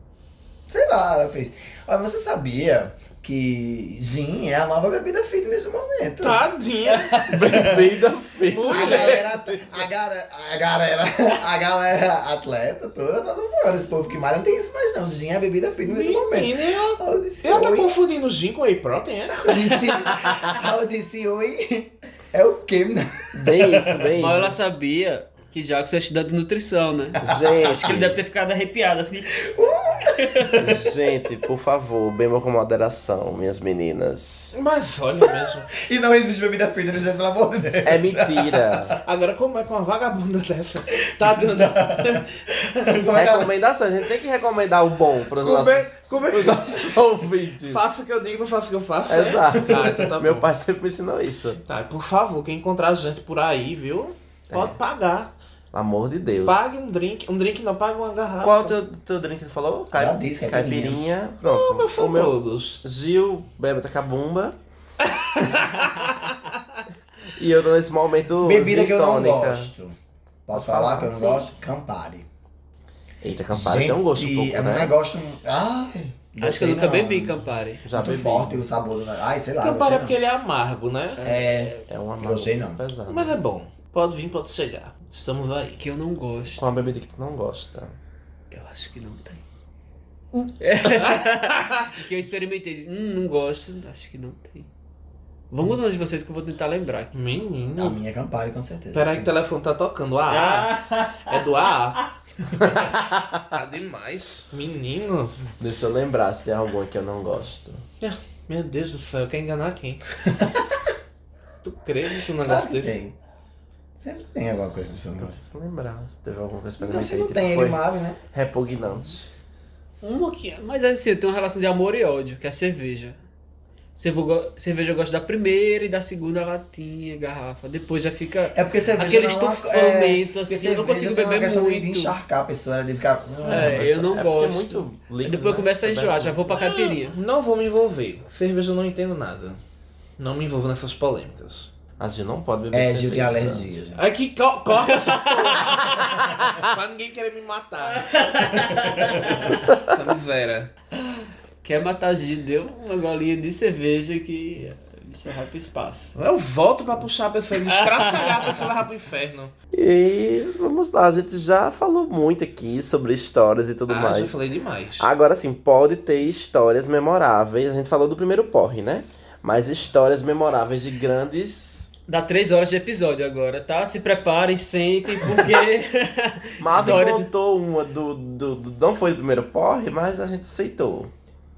Sei lá, ela fez. Olha, você sabia que gin é a nova bebida fitness do Tá, momento? Tá, Tadinha. Bebida feita. A galera, a, galera, a, galera, a galera atleta toda tá tomando. Esse povo que malha não tem isso mais não. Gin é bebida fitness do momento. Menina, ela, Aí Eu disse, ela tá oi. confundindo gin com whey protein, é? Eu disse, aí eu disse, oi. É o quê? menina? Bem isso, bem Mas ela isso. sabia que Jackson é estudante de nutrição, né? Acho que ele deve Gente, ter ficado arrepiado, assim. gente, por favor, bebam com moderação, minhas meninas. Mas olha mesmo. E não existe bebida fitness, gente, pelo amor de Deus. É mentira. Agora, como é que uma vagabunda dessa tá dando. Como é que ela- Recomendação, a gente tem que recomendar o bom pros nossos, Comer, comer. pros nossos ouvintes. Faça o que eu digo, não faça o que eu faço. né? Exato. Ah, então tá Meu bom. pai sempre me ensinou isso. Tá, por favor, quem encontrar a gente por aí, viu? É. Pode pagar. Pelo amor de Deus. Pague um drink. Um drink não, pague uma garrafa. Qual é o teu, teu drink que tu falou? Cai- Já disse, é caipirinha. caipirinha. Pronto. Mas o são meu todos. Gil bebe tacabumba. e eu tô nesse momento. Bebida gin que eu não tônica. gosto. Posso falar que eu não Sim. gosto? Campari. Eita, Campari tem um gosto um pouco, eu né? não gosto... Ai, Acho que eu gostei nunca não. bebi Campari. Já Muito bebi. forte o sabor do... Ai, sei lá. Campari é porque gostei ele é amargo, né? não. É... É uma Gostei não. pesada. Mas é bom. Pode vir, pode chegar. Estamos aí. Que eu não gosto. Qual a bebida que tu não gosta? Eu acho que não tem. É. que Uh. eu experimentei. Hum, não gosto. Acho que não tem. Vamos atrás de vocês que eu vou tentar lembrar aqui. A Menino. minha é Campari, com certeza. Peraí que o telefone tá tocando. Ah, é do AA. tá demais. Menino. Ah, Deixa eu lembrar se tem alguma que eu não gosto. Meu Deus do céu, quer enganar quem? tu crê nesse Claro Um negócio que desse? tem. Sempre tem alguma coisa que você não gosta. Deixa eu lembrar se teve alguma que eu Então experimentei. se não tipo, tem foi ele, Mave, né? repugnante. Uma que. um Mas assim, eu tenho uma relação de amor e ódio, que é a cerveja. Cervo- Cerveja eu gosto da primeira e da segunda latinha, garrafa. Depois já fica. É porque cerveja Aquele não é uma- porque estufamento, assim, eu não cerveja consigo tem é uma beber questão de- De muito. encharcar a pessoa, né, de ficar... É, eu não é porque gosto. É muito líquido, Depois eu né? começo a Também. enjoar, já vou pra caipirinha. Não vou me envolver. Cerveja eu não entendo nada. Não me envolvo nessas polêmicas. A Gil não pode beber É, cerveja. né? Gil tem alergia, gente. Aqui, co corta essa porra. pra ninguém querer me matar. essa miséria. Quer matar Gil, deu uma golinha de cerveja que. Isso é pro espaço. Eu volto pra puxar a pessoa, destraçalhar a pessoa e levar pro inferno. E vamos lá, a gente já falou muito aqui sobre histórias e tudo ah, já mais. Ah, falei demais. Agora sim, pode ter histórias memoráveis. A gente falou do primeiro porre, né? Mas histórias memoráveis de grandes. Dá três horas de episódio agora, tá? Se preparem, sentem, porque. Marvin Histórias- contou uma do, do, do- Não foi do primeiro porre, mas a gente aceitou.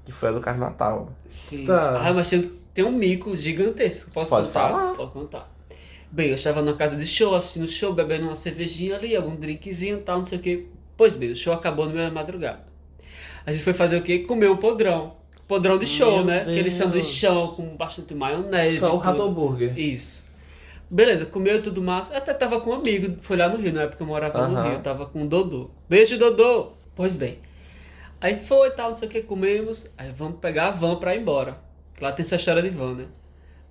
Que foi a do Carnatal. Sim. Tá. Ah, mas tem, tem um mico gigantesco. Posso Pode contar? falar. Posso contar. Bem, eu estava numa casa de show, assistindo show, bebendo uma cervejinha ali, algum drinkzinho e tal, não sei o quê. Pois bem, o show acabou no meio da madrugada. A gente foi fazer o quê? Comer um podrão. Podrão de show, Meu né? Aquele Deus. sanduichão com bastante maionese. Só o e É tudo. Rato Burger. Isso. Beleza, comeu tudo massa. Eu Até tava com um amigo, foi lá no Rio, na época eu morava no Aham. Rio, tava com o Dodô. Beijo, Dodô! Pois bem. Aí foi e tal, não sei o que, comemos. Aí vamos pegar a van pra ir embora. Lá tem essa história de van, né?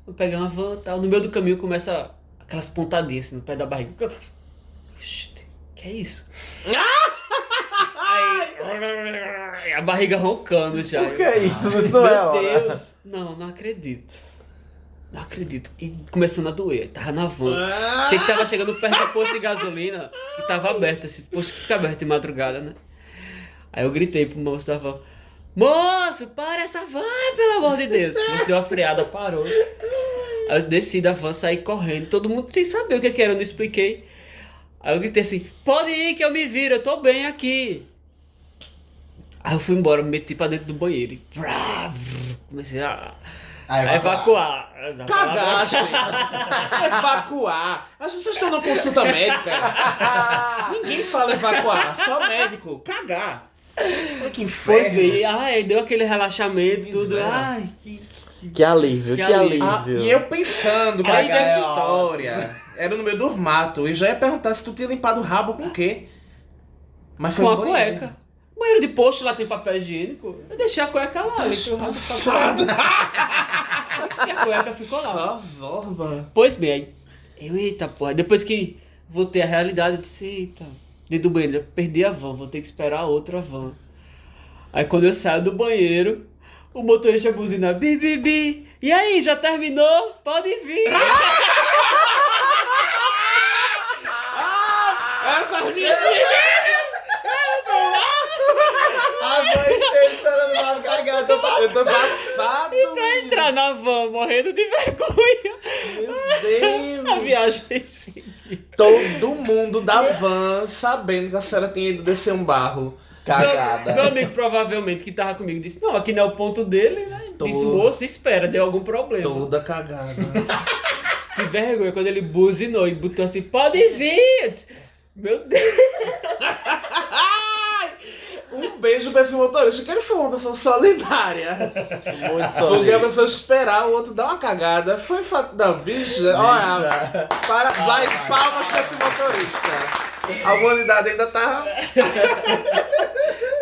Vamos pegar uma van e tal. No meio do caminho começa aquelas pontadinhas assim, no pé da barriga. Oxi, Que é isso? Aí, a barriga roncando já. O que é isso? Isso não é a hora. Ah, Meu Deus! Não, não acredito. Não acredito. E começando a doer. Tava na van. Achei que tava chegando perto do posto de gasolina, que tava aberto, esse posto que fica aberto de madrugada, né? Aí eu gritei pro moço da van. Moço, para essa van, pelo amor de Deus. O moço deu uma freada, parou. Aí eu desci da van, saí correndo, todo mundo sem saber o que que era, eu não expliquei. Aí eu gritei assim, pode ir que eu me viro, eu tô bem aqui. Aí eu fui embora, me meti pra dentro do banheiro. e vrá, vrr, Comecei a, Aí a vai falar. evacuar. Cagar, gente. Evacuar. As pessoas estão na consulta médica. Ninguém fala evacuar, só médico. Cagar. Olha que Pois inferno. bem, ai, deu aquele relaxamento, tudo. Miséria. Ai, que, que- Que alívio, que, Que alívio. alívio. Ah, e eu pensando, pra Ai, que é Gael. história. Era no meio do mato. E já ia perguntar se tu tinha limpado o rabo com o quê? Mas com no a um banheiro. cueca. Banheiro de posto lá tem papel higiênico. Eu deixei a cueca Tá lá. limpei o rabo com a Passada. cueca, E a cueca ficou lá. Só zorba. Pois bem, aí, eu, eita porra. Depois que voltei à realidade, eu disse, eita, dentro do banheiro, eu perdi a van, vou ter que esperar outra van. Aí quando eu saio do banheiro, o motorista buzina, bi, bi, bi. E aí, já terminou? Pode vir. Essas minhas... Ah, A mãe dele esperando o Marvin cagar, eu tô passando. Eu tô passado. pra entrar na van, morrendo de vergonha. Meu A Deus. viagem em si. Todo mundo da van sabendo que a senhora tinha ido descer um barro. Cagada. Meu amigo provavelmente que tava comigo disse: Não, aqui não é o ponto dele, né? Tô. Disse, moço, espera, deu algum problema. Toda cagada. Que vergonha quando ele buzinou e botou assim: Pode vir! Eu disse, Meu Deus! Um beijo pra esse motorista, que ele foi uma pessoa solidária. Muito Porque a solidário. pessoa esperar, o outro dar uma cagada. Foi fato. Não, bicha, olha. Para, vai, palmas pra esse motorista. A humanidade ainda tá.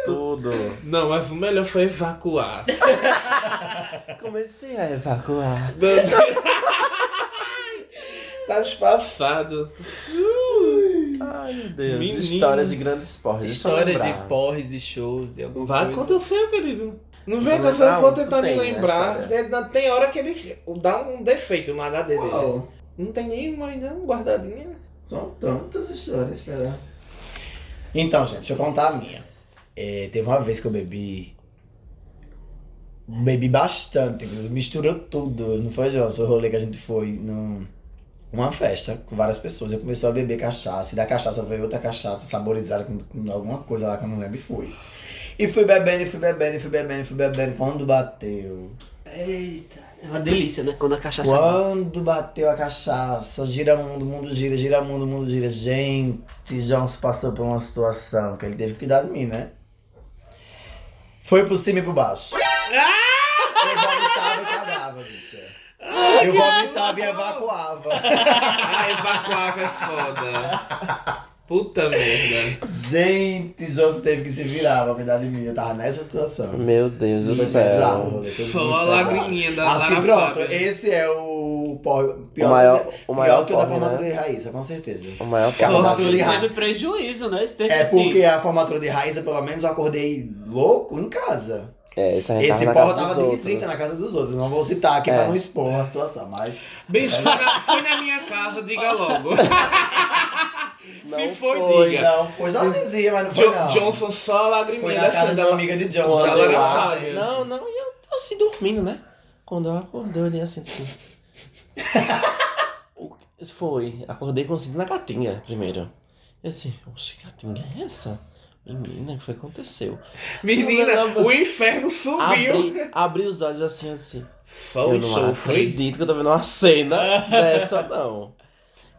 Tudo. Não, mas o melhor foi evacuar. Comecei a evacuar. tá espaçado. Ai, meu Deus. Menino. Histórias de grandes porres. Deixa eu Histórias lembrar. de porres, de shows, de alguma Vai coisa. acontecer, querido. Não Vou vem com essa, lembrar eu vou é. um, tu tentar me tem, né, lembrar. história. É, Tem hora que ele dá um defeito no HD dele. né? Uau, Não tem nenhuma ainda guardadinha. né? São tantas histórias, espera. Então, gente, deixa eu contar a minha. É, teve uma vez que eu bebi. Bebi bastante, inclusive, misturou tudo. Não foi, Johnson, o rolê que a gente foi num, numa festa com várias pessoas. Eu comecei a beber cachaça, e da cachaça veio outra cachaça saborizada com, com alguma coisa lá que eu não lembro e fui. E fui bebendo, e fui bebendo, e fui bebendo, e fui bebendo. Quando bateu. Eita, é uma delícia, né? Quando a Tá cachaça. Quando bateu a cachaça, gira mundo, mundo gira, gira mundo, mundo gira. Gente, João se passou por uma situação que ele teve que cuidar de mim, né? Foi por cima e por baixo. Ah! Eu vomitava e cagava, bicha. Eu vomitava e evacuava. Ah, evacuar é foda. Puta merda. Gente, José teve que se virar pra cuidar de mim. Eu tava nessa situação. Meu Deus do Foi pesado, céu. rolê, foi Só muito a pesado. lagriminha da Acho que Lara pronto, Fábio. esse é o por- pior, maior- que, o maior que o da porre, formatura né? de raiz, com certeza. O maior Só carro da matou ele vida. rápido. Teve prejuízo, né? Esse teve É assim. porque a formatura de raiz, pelo menos, eu acordei louco em casa. É, esse a gente Esse tava na porra casa tava dos de outros. visita na casa dos outros. Não vou citar aqui É. pra não expor a situação, mas. Bicho, foi na, foi na minha casa, diga logo. Se foi, foi, diga. Não, foi só dizia, mas não foi Jo- não. Johnson só a foi lagriminha na da casa da Sandra. amiga de Johnson. Quando Ela eu era lá. fácil. acho... Não, não, e eu tô assim dormindo, né? Quando eu acordei, eu olhei assim. assim. O que- Foi. Acordei com o cinto na gatinha primeiro. E assim, oxe, que gatinha é essa? Menina, o que foi que aconteceu? Menina, o inferno subiu. um Abri, abri os olhos assim, assim. Só eu o não enxofre. acredito que eu tô vendo uma cena dessa, não.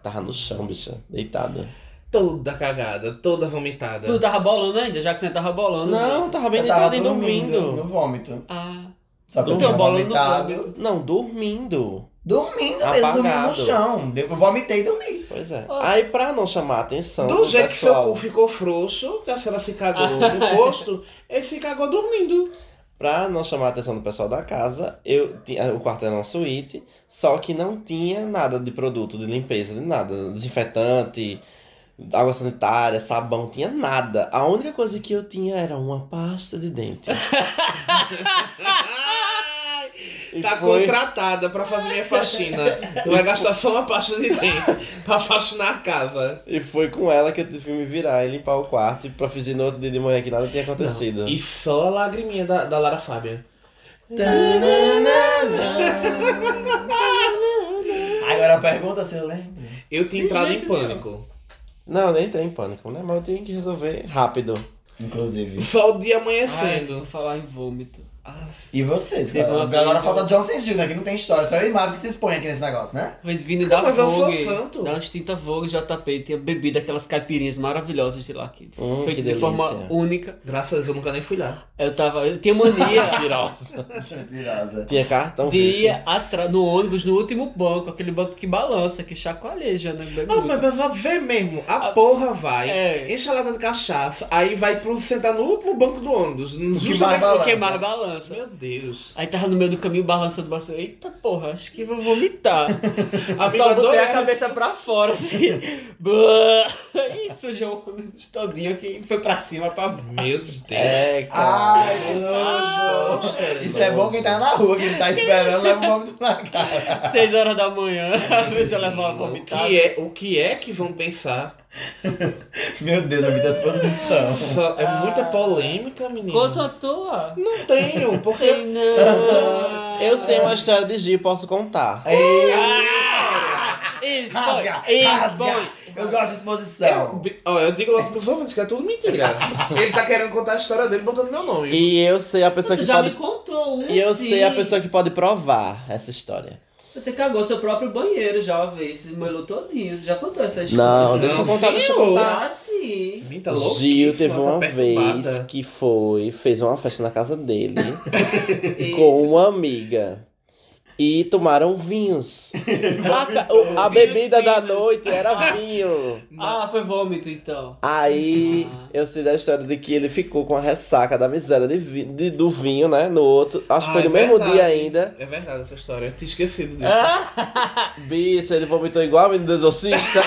Tava no chão, bicha, deitada. Toda cagada, toda vomitada. Tu tava bolando ainda, já que você tava bolando. Não, tava bem Eu tava deitada e No dormindo. vômito. Ah, Só que eu Então, tinha bola no vomitado. vômito. Não, dormindo. Dormindo mesmo, dormindo no Apagado. chão. Eu vomitei e dormi. Pois é. Aí, pra não chamar a atenção Do do jeito que seu Então, pessoal, cu ficou frouxo, que a senhora se cagou no posto, ele se cagou dormindo. pra não chamar a atenção do pessoal da casa, eu tinha, o quarto era uma suíte, só que não tinha nada de produto de limpeza, de nada, desinfetante, água sanitária, sabão, tinha nada. A única coisa que eu tinha era uma pasta de dente. E tá foi- contratada pra fazer minha faxina. Vai gastar só uma pasta de dente pra faxinar a casa. E foi com ela que eu tive que me virar e limpar o quarto e pra fingir no outro dia de manhã que nada tinha acontecido. E só a lagriminha da, da Lara Fábia. Agora pergunta se eu lembro. Eu tinha entrado em pânico. Não, eu nem entrei em pânico, né? Mas eu tinha que resolver rápido. Inclusive. Só o dia ai, vou amanhecendo. falar em vômito. Ah, E vocês? Teve uma Agora vez, falta eu- Johnson Gil, né? Que não tem história. Só eu e Marvel que se expõem aqui nesse negócio, né? mas vindo da mas eu sou Vogue, santo. da extinta Vogue JP, tinha bebido aquelas caipirinhas maravilhosas de lá, que Hum, feito que de forma delícia. única. Graças a Deus eu nunca nem fui lá. Eu tava, eu tinha mania Mentirosa. Tinha cartão. de fake. ir atrás, no ônibus, no último banco, aquele banco que balança, que chacoalheja, né? Bebe Não, muito. mas mas vai ver mesmo. A porra vai. É. Enche a lata de cachaça. Aí vai pro sentar no último banco do ônibus. Que Justamente mais O balança. que mais balança. Meu Deus. Aí tava no meio do caminho balançando bastante. Eita porra, acho que vou vomitar. Amigo, Só botei adorei. a cabeça pra fora, assim. Bã. e sujou o ônibus todinho que foi pra cima, pra baixo. Meu Deus. É, cara. Ai, que nojo. Isso é bom quem tá na rua, quem tá esperando, leva o vômito na cara. Seis horas da manhã, a pessoa levou uma O vomitada. que, é, o que é que vão pensar? Meu Deus, muita exposição. Só- Ah. é muita polêmica, menino. Conta a tua. Não tenho, porque Ei, não. Eu sei uma história de Gi, posso contar. É. É. Ah! Expõe, Rasga, expõe. rasga. Eu gosto de eu, exposição. bi- ó, eu digo logo pros ouvintes que é tudo mentira. Ele tá querendo contar a história dele botando meu nome. E eu sei a pessoa Tu que já pode. me contou um, E eu sim. sei a pessoa que pode provar essa história. Você cagou seu próprio banheiro já uma vez, se molhou todinho. Você já contou essa história? Não, Tá. deixa eu Não, contar, deixa eu senhor. contar. Ah, sim. Mim tá Gil teve ela tá uma perturbada. vez que foi, fez uma festa na casa dele com uma amiga. E tomaram vinhos. A, ca- o- a Vinhos bebida da finos. noite era vinho. Ah, foi vômito então. Aí Ah. eu sei da história de que ele ficou com a ressaca da miséria de vi- de- do vinho, né? No outro. Acho que Ah, foi é no mesmo verdade. dia ainda. Ah. É verdade essa história, eu tinha esquecido disso. Bicho, ele vomitou igual a menina do exorcista.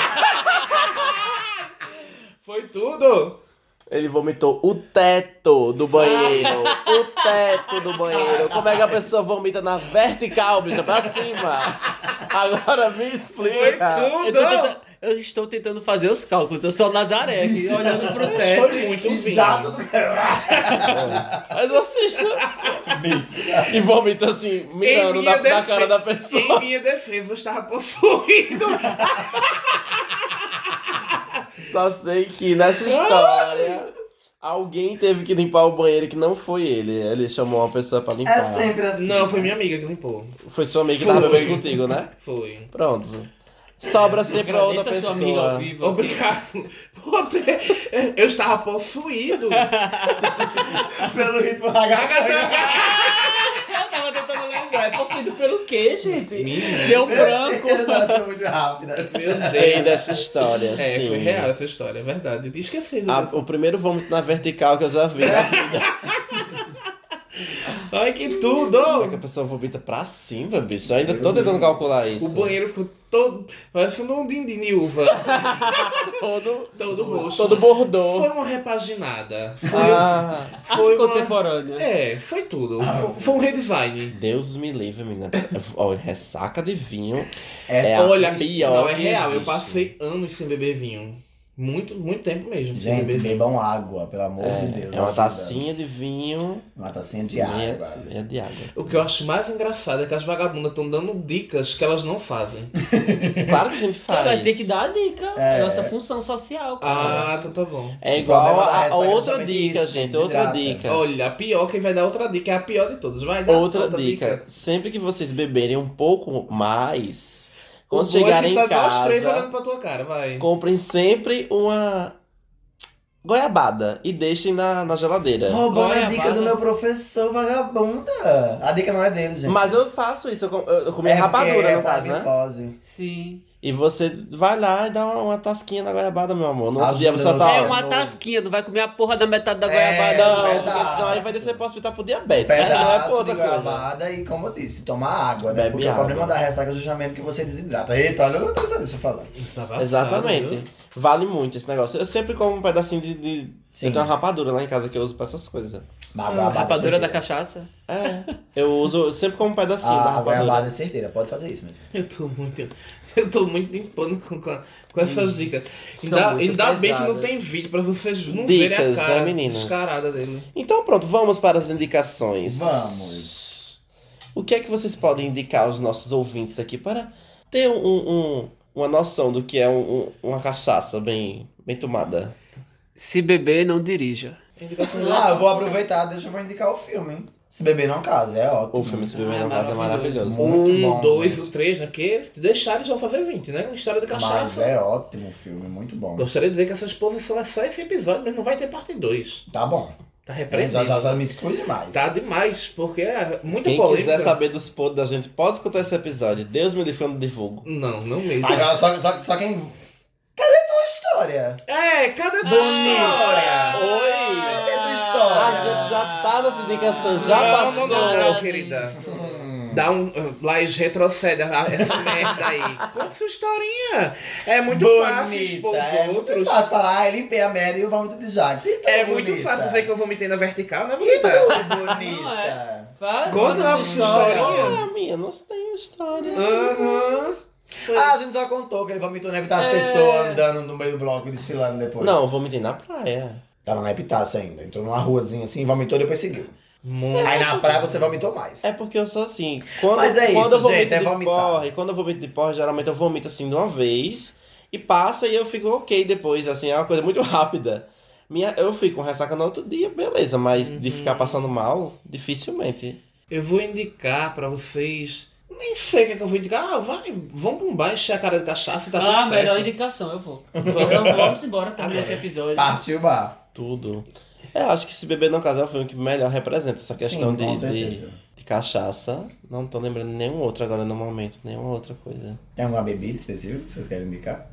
Foi tudo! Ele vomitou o teto do banheiro. o teto do banheiro. Como é que a pessoa vomita na vertical, bicha, pra cima? Agora me Foi explica. Eu, tudo! tô tenta- eu estou tentando fazer os cálculos, eu sou Nazaré aqui, é olhando pro teto. É, Foi muito Que vinho. jato do Mas assista. E vomita assim, mirando na, na defe- cara da pessoa. Em minha defesa, eu estava possuído. Só sei que nessa história. Alguém teve que limpar o banheiro que não foi ele. Ele chamou uma pessoa pra limpar. É sempre assim. Não, foi minha amiga que limpou. Foi sua amiga que tava Foi. bebendo contigo, né? Foi. Pronto. Sobra sempre pra outra Agradeça a sua amiga ao pessoa. vivo. Obrigado por ter. Eu estava possuído. Pelo ritmo da É, gata. Eu tava tentando lembrar. É possuído pelo quê, gente? Deu branco. Elas muito rápidas. Sei dessa história, É, sim. Ah. foi real essa história, é verdade. Eu tinha esquecido A- dessa. o primeiro vômito na vertical que eu já vi. né? Ai, que tudo! Como é que a pessoa vomita pra cima, bicho? Eu ainda tô tentando calcular isso. O banheiro ficou todo. parecendo um dindim de uva. todo, Todo roxo. todo Foi bordô. uma repaginada. Foi, Ah, foi Arte uma... contemporânea. É, foi tudo. Foi, foi um redesign. Deus me livre, menina. Ó, ressaca de vinho. É, a Olha, pior não é que real. Eu existe. passei anos sem beber vinho. Muito, muito tempo mesmo. sem Gente, beber vinho. bebam água, pelo amor de É, Deus. é uma ajuda. tacinha de vinho. Uma tacinha de meia- água. meia de água. O que eu acho mais engraçado é que as vagabundas estão dando dicas que elas não fazem. Claro que a gente Cara, É, faz. Mas tem que dar a dica. É, É. nossa função social, cara. Ah, tá, tá bom. É O igual problema da a, a ressaca é outra justamente dica, isso, gente. Outra desidrata. dica. Olha, a pior, quem vai dar outra dica é a pior de todas. Vai dar Outra dica. Sempre que vocês beberem um pouco mais, O quando bom é que chegarem tá em casa, nós três olhando pra tua cara, vai. comprem sempre uma goiabada e deixem na, na geladeira. Roubando Olha, a dica para. do meu professor vagabunda. A dica não é dele, gente. Mas eu faço isso, eu, com- eu eu comi porque rapadura é no pra caso, né? glicose. Sim. E você vai lá e dá uma, uma tasquinha na goiabada, meu amor. No outro dia a Ajuda, pessoa não. tá. é ó, uma não. tasquinha, não vai comer a porra da metade É, da goiabada. Não, não. pedaço. porque senão aí vai descer pro hospital pro diabetes. Essa não é pra Pedaço de outra coisa. goiabada e, como eu disse, tomar água, né? Bebe Porque água. o problema da ressaca é justamente que você desidrata. Eita, olha, eu não tô sabendo, deixa eu falar. Tá passado, Exatamente. viu? Vale muito esse negócio. Eu sempre como um pedacinho de. de... Sim. Eu tenho uma rapadura lá em casa que eu uso pra essas coisas. Mas a goiabada é né? Rapadura da certeira. cachaça. É. Eu uso eu sempre como um pedacinho da Ah, a rapadura. goiabada é certeira, pode fazer isso mesmo. Eu tô muito. Eu tô muito em pânico com, com, com essas dicas. São Ainda, muito ainda bem que não pesadas. tem vídeo pra vocês não Dicas, verem a cara né, meninas? descarada dele. Então pronto, vamos para as indicações. Vamos. O que é que vocês podem indicar aos nossos ouvintes aqui para ter um, um- uma noção do que é um- um- uma cachaça bem, bem tomada? Se beber, não dirija. Ah, eu vou aproveitar, deixa eu vou indicar o filme, hein? Se beber não casa, é ótimo. O filme Se Beber Ah, na Casa é maravilhoso. maravilhoso. Muito um, bom, dois, né? o três, né? Porque se deixar eles vão fazer 20, né? História de Mas cachaça. é ótimo o filme, muito bom. Gostaria de dizer que essa exposição é só esse episódio, mas não vai ter parte 2. Tá bom. Tá repreendido. Já, já, já me expus demais. Tá demais, porque é muita Quem polêmica. quiser saber dos podres da gente, pode escutar esse episódio. Deus me livre, eu não divulgo. Não, não mesmo. Agora só, só, só quem. Cadê tua história? É, cadê tua Bonita. história? Oi! Cadê É tua A história? gente já tá nas indicações, já não, passou. Não, não, não, querida. Dá um. Laís, retrocede a- essa merda aí. Conta sua historinha. É muito fácil expor os é outros. muito fácil falar, ah, eu limpei a merda e o vômito de Jade. Então, É muito bonita. fácil dizer que eu vomitei na vertical, né, tá Então, bonita? Não bonita. é. Vai, Conta vai logo dizer. sua historinha. Ah, minha, não tem história. Aham. Ah, a gente já contou que ele vomitou na Epitácio, as pessoas andando no meio do bloco e desfilando depois. É. Não, eu vomitei na praia. Tava na Epitácio ainda, entrou numa ruazinha assim, vomitou e depois seguiu. Muito. Aí na praia você vomitou mais. É porque eu sou assim. Quando, Mas é isso, quando eu vomito gente, é de vomitar. porre, quando eu vomito de porre, geralmente eu vomito assim de uma vez e passa e eu fico ok depois, assim, é uma coisa muito rápida. Minha, eu fico com ressaca no outro dia, beleza, mas de Uhum. ficar passando mal, dificilmente. Eu vou indicar pra vocês. Nem sei o que, é que eu vou indicar. Ah, vai. Vamos pra um bar encher a cara de cachaça e tá Ah, tudo certo. melhor indicação, eu vou. Vamos, vamos embora também esse episódio. Tá. Partiu o bar. Tudo. É, acho que Se Beber Não Casar é o filme que melhor representa essa questão Sim, com de, de, certeza. de cachaça. Não tô lembrando nenhum outro agora no momento, nenhuma outra coisa. Tem alguma bebida específica que vocês querem indicar?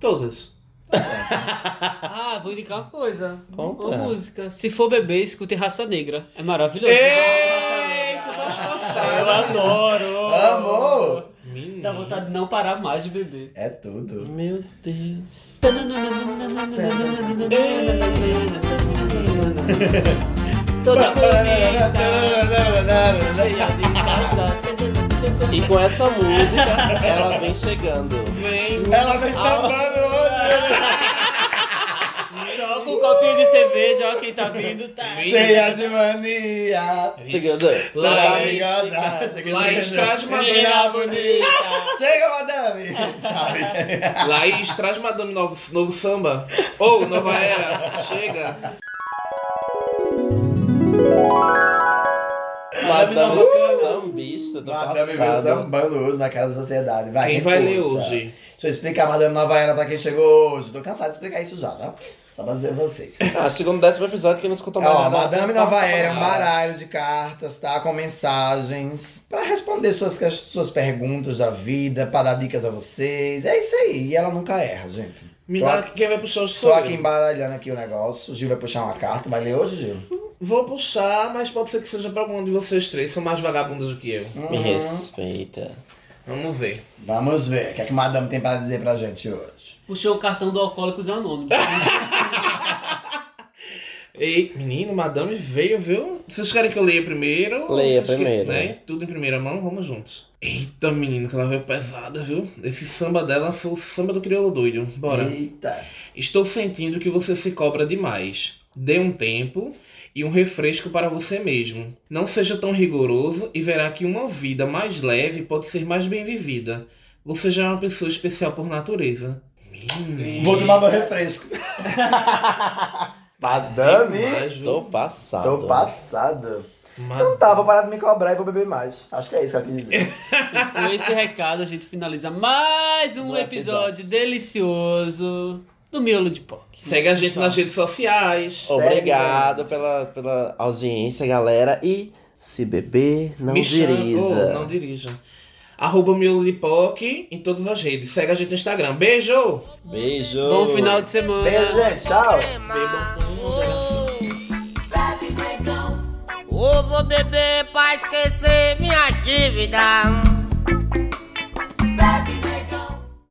Todas. Ah, vou indicar uma coisa. Conta. Uma música. Se for beber, escute Raça Negra. É maravilhoso. Eita, tá Eu passada. adoro. Amor! Dá vontade de não parar mais de beber. É tudo. Meu Deus. Toda bonita, cheia de casa. E com essa música, ela vem chegando. Vem. Ela vem sambando hoje! Só com um copinho de cerveja, ó quem tá vindo. Tá. Cheia de mania! Chegando. Lá vem Laís Laís traz Menina madame. bonita! Chega, madame! Sabe? Laís traz madame novo, novo samba. Ou nova era. Chega. Madame Madame um bicho, eu tô Madame veio passado. sambando hoje na cara da sociedade. Vai, Quem vai ler repulsa. hoje? Deixa eu explicar Madame Navaiana pra quem chegou hoje. Tô cansado de explicar isso já, tá? Só pra dizer a vocês. Ah, chegou no décimo episódio que não escutou mais Ó, nada. Madame Tá Nova Era é um mal. baralho de cartas, tá? Com mensagens. Pra responder suas, que- suas perguntas da vida, pra dar dicas a vocês. É isso aí. E ela nunca erra, gente. Me Tô dá aqui- quem vai puxar o Tô sou aqui eu. embaralhando aqui o negócio. O Gil vai puxar uma carta. Vai ler hoje, Gil? Vou puxar, mas pode ser que seja pra algum de vocês três. São mais vagabundos do que eu. Me respeita. Vamos ver. Vamos ver. O que é que Madame tem pra dizer pra gente hoje? Puxou o cartão do Alcoólicos Anônimos. Ei, menino, madame veio, viu? Vocês querem que eu leia primeiro? Leia Vocês primeiro. né? Tudo em primeira mão, vamos juntos. Eita, menino, que ela veio pesada, viu? Esse samba dela foi o samba do crioulo doido. Bora. Eita. Estou sentindo que você se cobra demais. Dê um tempo e um refresco para você mesmo. Não seja tão rigoroso e verá que uma vida mais leve pode ser mais bem vivida. Você já é uma pessoa especial por natureza. Menino. Vou tomar meu refresco. Madame? Mas, viu? Tô passado. Tô passada. Mas- Então tá, vou parar de me cobrar e vou beber mais. Acho que é isso que ela quis dizer. Com esse recado, a gente finaliza mais um Do episódio delicioso do Miolo de Poc. Segue a gente nas redes sociais. Oh, Obrigado pela, pela audiência, galera. E se beber, não Me chama- dirija. Oh, não dirija. Arroba Miolo de Poc em todas as redes. Segue a gente no Instagram. Beijo! Beijo. Bom final de semana. Beijo, gente. Tchau. Ou vou beber pra esquecer minha dívida.